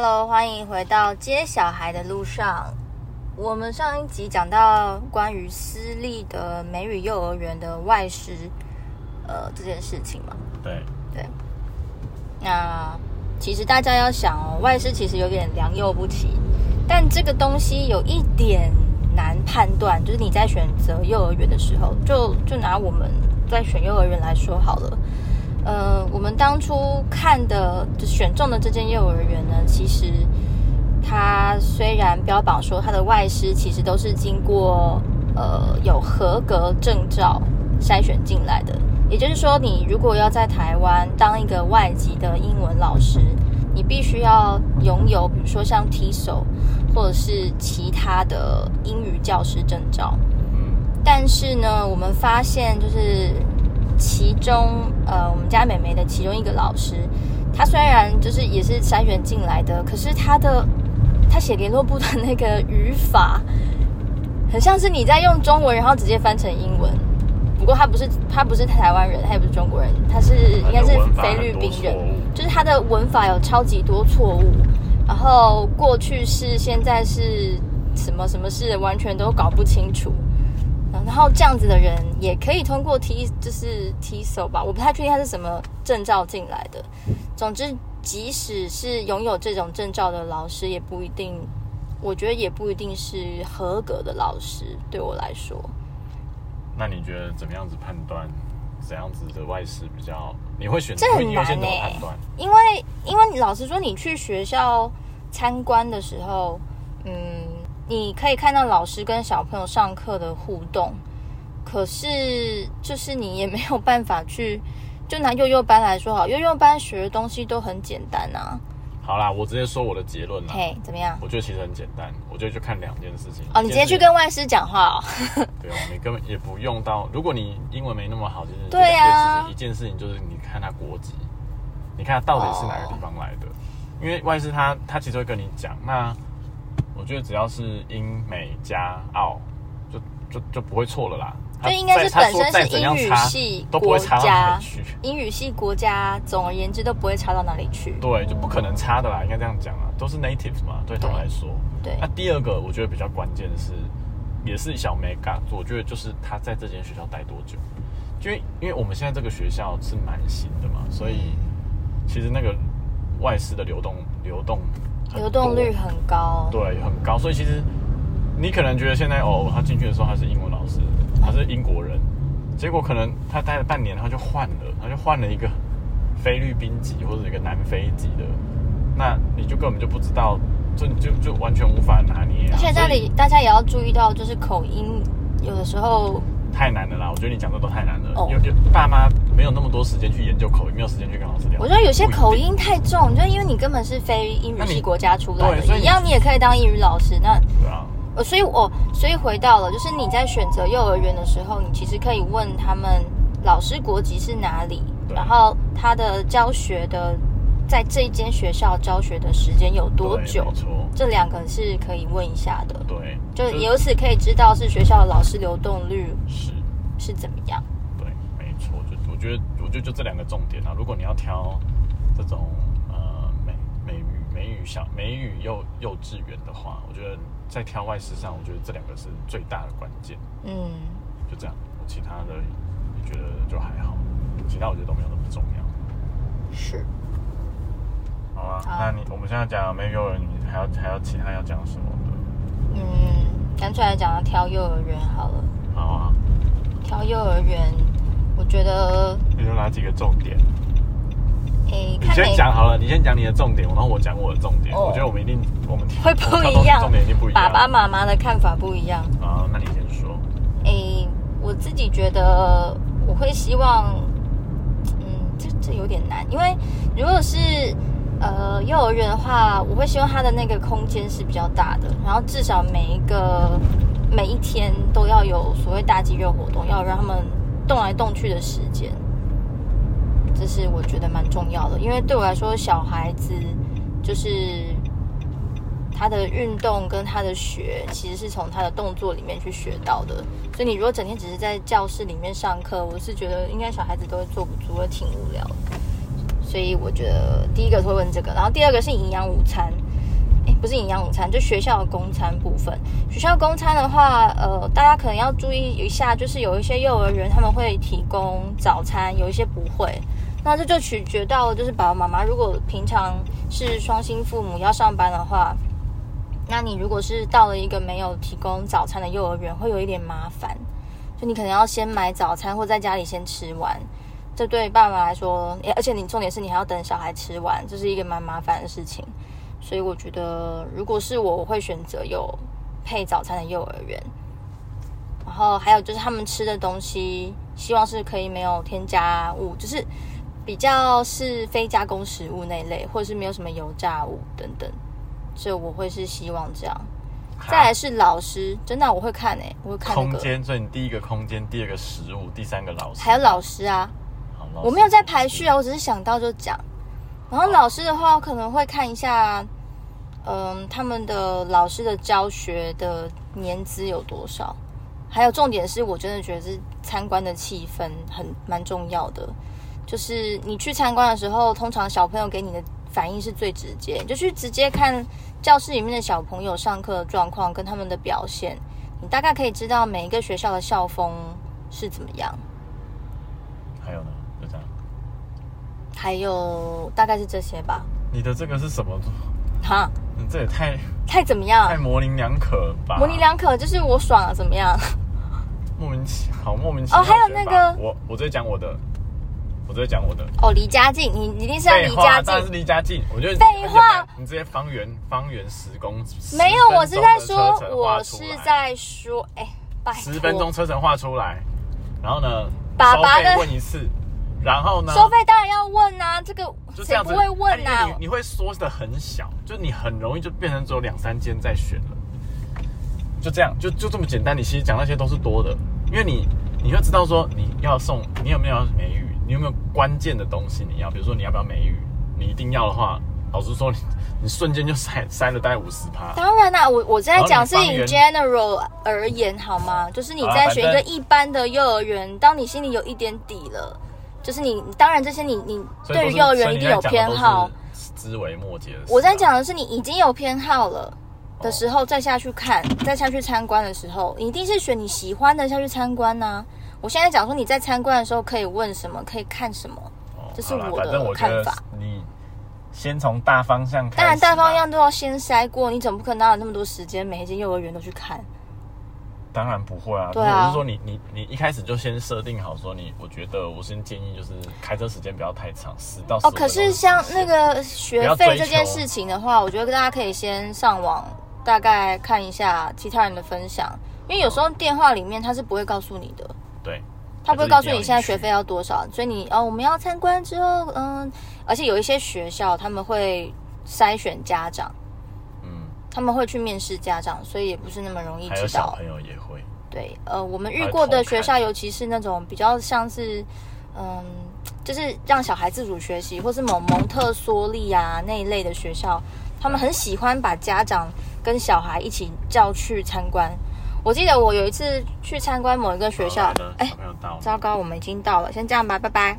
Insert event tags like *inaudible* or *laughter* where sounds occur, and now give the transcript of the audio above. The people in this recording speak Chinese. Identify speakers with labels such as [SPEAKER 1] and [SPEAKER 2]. [SPEAKER 1] Hello，欢迎回到接小孩的路上。我们上一集讲到关于私立的美语幼儿园的外师，呃，这件事情嘛。
[SPEAKER 2] 对，
[SPEAKER 1] 对。那其实大家要想哦，外师其实有点良莠不齐，但这个东西有一点难判断，就是你在选择幼儿园的时候，就就拿我们在选幼儿园来说好了。呃，我们当初看的就选中的这间幼儿园呢，其实它虽然标榜说它的外师其实都是经过呃有合格证照筛选进来的，也就是说，你如果要在台湾当一个外籍的英文老师，你必须要拥有比如说像 TESOL 或者是其他的英语教师证照。
[SPEAKER 2] 嗯，
[SPEAKER 1] 但是呢，我们发现就是其中呃，我们家美美的其中一个老师，她虽然就是也是筛选进来的，可是她的她写联络簿的那个语法，很像是你在用中文，然后直接翻成英文。不过她不是她不是台湾人，她也不是中国人，她是应该是菲律宾人。就是他的文法有超级多错误，然后过去式、现在是什么什么事，完全都搞不清楚。然后这样子的人也可以通过提，就是提手吧，我不太确定他是什么证照进来的。总之，即使是拥有这种证照的老师，也不一定，我觉得也不一定是合格的老师。对我来说，
[SPEAKER 2] 那你觉得怎么样子判断怎样子的外事比较？你会选
[SPEAKER 1] 这很
[SPEAKER 2] 你会优先怎么
[SPEAKER 1] 难欸
[SPEAKER 2] 判断？
[SPEAKER 1] 因为因为你老实说，你去学校参观的时候，嗯，你可以看到老师跟小朋友上课的互动，可是就是你也没有办法去，就拿幼幼班来说好，幼幼班学的东西都很简单啊，
[SPEAKER 2] 好啦，我直接说我的结论啦。
[SPEAKER 1] 嘿，怎么样？
[SPEAKER 2] 我觉得其实很简单，我觉得就看两件事情。
[SPEAKER 1] 哦，你直接去
[SPEAKER 2] 一件
[SPEAKER 1] 跟外师讲话哦，
[SPEAKER 2] 事对哦，你根本也不用到。如果你英文没那么好，就是
[SPEAKER 1] 对啊
[SPEAKER 2] 就两件事情一件事情就是你看他国籍，你看他到底是哪个地方来的，因为外事他他其实会跟你讲。那我觉得只要是英美加澳，就就就不会错了啦。
[SPEAKER 1] 就
[SPEAKER 2] 他
[SPEAKER 1] 应该是
[SPEAKER 2] 再他
[SPEAKER 1] 本
[SPEAKER 2] 说
[SPEAKER 1] 身
[SPEAKER 2] 再
[SPEAKER 1] 是
[SPEAKER 2] 怎
[SPEAKER 1] 英
[SPEAKER 2] 样
[SPEAKER 1] 语
[SPEAKER 2] 差
[SPEAKER 1] 系
[SPEAKER 2] 都不
[SPEAKER 1] 国
[SPEAKER 2] 会差到哪
[SPEAKER 1] 家
[SPEAKER 2] 里，去。
[SPEAKER 1] 英语系国家，总而言之都不会差到哪里去。
[SPEAKER 2] 对，就不可能差的啦，应该这样讲啊，都是 native 嘛，对他们
[SPEAKER 1] 对
[SPEAKER 2] 来说。
[SPEAKER 1] 对，
[SPEAKER 2] 那第二个我觉得比较关键的是，也是小 mega，我觉得就是他在这间学校待多久，因为因为我们现在这个学校是蛮新的嘛，所以其实那个外师的流动流动很多
[SPEAKER 1] 流动率很高。
[SPEAKER 2] 对啊很高，所以其实你可能觉得现在哦，他进去的时候他是英文老师，他是英国人，结果可能他待了半年，他就换了，他就换了一个菲律宾籍或者一个南非籍的，那你就根本就不知道，就就就完全无法拿捏、啊。
[SPEAKER 1] 而且这
[SPEAKER 2] 所以
[SPEAKER 1] 里大家也要注意到，就是口音有的时候
[SPEAKER 2] 太难了啦，我觉得你讲的都太难了。
[SPEAKER 1] 哦
[SPEAKER 2] 有有爸妈没有那么多时间去研究口音，没有时间去跟老师聊。
[SPEAKER 1] 我觉得有些口
[SPEAKER 2] 不一定
[SPEAKER 1] 音太重，就因为你根本是非英语
[SPEAKER 2] 那
[SPEAKER 1] 系
[SPEAKER 2] 你
[SPEAKER 1] 国家出来
[SPEAKER 2] 对所
[SPEAKER 1] 的，
[SPEAKER 2] 以
[SPEAKER 1] 一样你也可以当英语老师。那
[SPEAKER 2] 对啊，
[SPEAKER 1] 呃，所以我所以回到了，就是你在选择幼儿园的时候，你其实可以问他们老师国籍是哪里，
[SPEAKER 2] 对
[SPEAKER 1] 然后他的教学的在这一间学校教学的时间有多
[SPEAKER 2] 对
[SPEAKER 1] 久
[SPEAKER 2] 没，错，
[SPEAKER 1] 这两个是可以问一下的，
[SPEAKER 2] 对，
[SPEAKER 1] 就由此可以知道是学校的老师流动率
[SPEAKER 2] 是。
[SPEAKER 1] 是怎么样。
[SPEAKER 2] 对，没错，就我觉得，我觉得就这两个重点啊。如果你要挑这种呃美美语美语小美语幼幼稚园的话，我觉得在挑外师上，我觉得这两个是最大的关键。
[SPEAKER 1] 嗯。
[SPEAKER 2] 就这样，我其他的也觉得就还好，其他我觉得都没有那么重要。
[SPEAKER 1] 是，
[SPEAKER 2] 好啊，
[SPEAKER 1] 好
[SPEAKER 2] 那你我们现在讲美语幼儿园，你还要还要其他要讲什么的？
[SPEAKER 1] 嗯，干脆来讲到挑幼儿园好了。
[SPEAKER 2] 好啊，
[SPEAKER 1] 挑幼儿园，我觉得，
[SPEAKER 2] 那就哪几个重点？
[SPEAKER 1] 诶，
[SPEAKER 2] 你
[SPEAKER 1] 看
[SPEAKER 2] 先
[SPEAKER 1] 每
[SPEAKER 2] 讲好了，你先讲你的重点，然后我讲我的重点。
[SPEAKER 1] 哦
[SPEAKER 2] 我觉得我们一定我们
[SPEAKER 1] 会
[SPEAKER 2] 我
[SPEAKER 1] 不
[SPEAKER 2] 们挑
[SPEAKER 1] 一
[SPEAKER 2] 东西
[SPEAKER 1] 样
[SPEAKER 2] 重点一定不一，样。
[SPEAKER 1] 爸爸妈妈的看法不一样。
[SPEAKER 2] 啊，那你先说。
[SPEAKER 1] 诶，我自己觉得我会希望，嗯，这这有点难，因为如果是呃幼儿园的话，我会希望它的那个空间是比较大的，然后至少每一个每一天都要有所谓大肌肉活动，要让他们动来动去的时间，这是我觉得蛮重要的，因为对我来说，小孩子就是他的运动跟他的学，其实是从他的动作里面去学到的。所以你如果整天只是在教室里面上课，我是觉得应该小孩子都会坐不住，会挺无聊的。所以我觉得第一个会问这个，然后第二个是营养午餐。不是营养午餐，就学校的公餐部分。学校公餐的话，呃，大家可能要注意一下，就是有一些幼儿园他们会提供早餐，有一些不会。那这就取决到就是爸爸妈妈，如果平常是双薪父母要上班的话，那你如果是到了一个没有提供早餐的幼儿园，会有一点麻烦，就你可能要先买早餐，或在家里先吃完。这对爸妈来说，诶而且你重点是你还要等小孩吃完，这是一个蛮麻烦的事情。所以我觉得，如果是我，我会选择有配早餐的幼儿园。然后还有就是他们吃的东西，希望是可以没有添加物，就是比较是非加工食物那一类，或者是没有什么油炸物等等。所以我会是希望这样。再来是老师，真的啊、我会看诶、我会看那
[SPEAKER 2] 空
[SPEAKER 1] 个，
[SPEAKER 2] 间，所以你第一个空间，第二个食物，第三个老师，
[SPEAKER 1] 还有老师啊，
[SPEAKER 2] 好老师
[SPEAKER 1] 我没有在排序啊，我只是想到就讲。然后老师的话，我可能会看一下，嗯，他们的老师的教学的年资有多少，还有重点是我真的觉得是参观的气氛很蛮重要的。就是你去参观的时候，通常小朋友给你的反应是最直接，你就去直接看教室里面的小朋友上课的状况跟他们的表现，你大概可以知道每一个学校的校风是怎么样。
[SPEAKER 2] 还有呢，就这样。
[SPEAKER 1] 还有大概是这些吧。
[SPEAKER 2] 你的这个是什么？
[SPEAKER 1] 哈，
[SPEAKER 2] 你这也太
[SPEAKER 1] 太怎么样
[SPEAKER 2] 太？模棱两可了吧？
[SPEAKER 1] 模棱两可，就是我爽了怎么样？ *laughs*
[SPEAKER 2] 莫名其好莫名其妙
[SPEAKER 1] 哦还有
[SPEAKER 2] 的选法
[SPEAKER 1] 那个
[SPEAKER 2] 我我直接讲我的，我直接讲我的。
[SPEAKER 1] 哦，离家近，你你一定是要
[SPEAKER 2] 废
[SPEAKER 1] 离
[SPEAKER 2] 话，
[SPEAKER 1] 家
[SPEAKER 2] 当然是
[SPEAKER 1] 近。
[SPEAKER 2] 离家近。我觉得
[SPEAKER 1] 废
[SPEAKER 2] 很简单
[SPEAKER 1] 话，
[SPEAKER 2] 你直接方圆方圆十公尺，
[SPEAKER 1] 没有，我是在说，我
[SPEAKER 2] 我
[SPEAKER 1] 是在说，哎、拜托，
[SPEAKER 2] 十分钟车程画出来，然后呢，
[SPEAKER 1] 爸爸
[SPEAKER 2] 收费
[SPEAKER 1] 的
[SPEAKER 2] 问一次，然后呢，
[SPEAKER 1] 收费当然要问啊，这个
[SPEAKER 2] 就这
[SPEAKER 1] 谁
[SPEAKER 2] 样子
[SPEAKER 1] 不会问
[SPEAKER 2] 哎
[SPEAKER 1] 啊
[SPEAKER 2] 你？你你会缩的很小，就你很容易就变成只有两三间在选了，就这样，就就这么简单。你其实讲那些都是多的，因为你你会知道说你要送你有没有要美语，你有没有关键的东西你要，比如说你要不要美语，你一定要的话，老实说你你瞬间就塞塞了大概五十趴。
[SPEAKER 1] 当然啦、我我在讲是
[SPEAKER 2] 然后你
[SPEAKER 1] in
[SPEAKER 2] 方
[SPEAKER 1] general 而言好吗？就是你在选一
[SPEAKER 2] 好
[SPEAKER 1] 个
[SPEAKER 2] 啦啊反正
[SPEAKER 1] 一般的幼儿园，当你心里有一点底了，就是你当然这些你你
[SPEAKER 2] 所以都
[SPEAKER 1] 对
[SPEAKER 2] 是
[SPEAKER 1] 于幼儿园一定有偏好，，
[SPEAKER 2] 所以你在讲的都是枝微末节的事啊。
[SPEAKER 1] 我在讲的是你已经有偏好了的时候，再下去看，再下去参观的时候，你一定是选你喜欢的下去参观呐、啊我现在讲说你在参观的时候可以问什么，可以看什么，
[SPEAKER 2] 哦，
[SPEAKER 1] 这是
[SPEAKER 2] 好啦
[SPEAKER 1] 我
[SPEAKER 2] 反
[SPEAKER 1] 的
[SPEAKER 2] 正我觉得
[SPEAKER 1] 看法
[SPEAKER 2] 你先从大方向开始吧。
[SPEAKER 1] 当然大方向都要先筛过，你总不可能哪有那么多时间每一间幼儿园都去看？
[SPEAKER 2] 当然不会啊，
[SPEAKER 1] 对啊
[SPEAKER 2] 我是说你你你一开始就先设定好说你，我觉得我先建议就是开车时间不要太长，十到十
[SPEAKER 1] 哦，可是像那个学费这件事情的话，我觉得大家可以先上网大概看一下其他人的分享，因为有时候电话里面他是不会告诉你的。
[SPEAKER 2] 对，
[SPEAKER 1] 他不会告诉你现在
[SPEAKER 2] 就是
[SPEAKER 1] 学
[SPEAKER 2] 一定
[SPEAKER 1] 费要多少，所以你哦，我们要参观之后，嗯，而且有一些学校他们会筛选家长，
[SPEAKER 2] 要你去，嗯，
[SPEAKER 1] 他们会去面试家长，所以也不是那么容易
[SPEAKER 2] 还有
[SPEAKER 1] 知
[SPEAKER 2] 小
[SPEAKER 1] 道
[SPEAKER 2] 朋。友也会，
[SPEAKER 1] 对，呃，我们
[SPEAKER 2] 还
[SPEAKER 1] 遇
[SPEAKER 2] 有
[SPEAKER 1] 过的
[SPEAKER 2] 偷看
[SPEAKER 1] 学校，尤其是那种比较像是，嗯，就是让小孩自主学习，或是某蒙特梭利啊那一类的学校，他们很喜欢把家长跟小孩一起叫去参观。我记得我有一次去参观某一个学校
[SPEAKER 2] 然后，呢
[SPEAKER 1] 哎
[SPEAKER 2] 小，朋友到了，
[SPEAKER 1] 糟糕，我们已经到了，先这样吧，拜拜。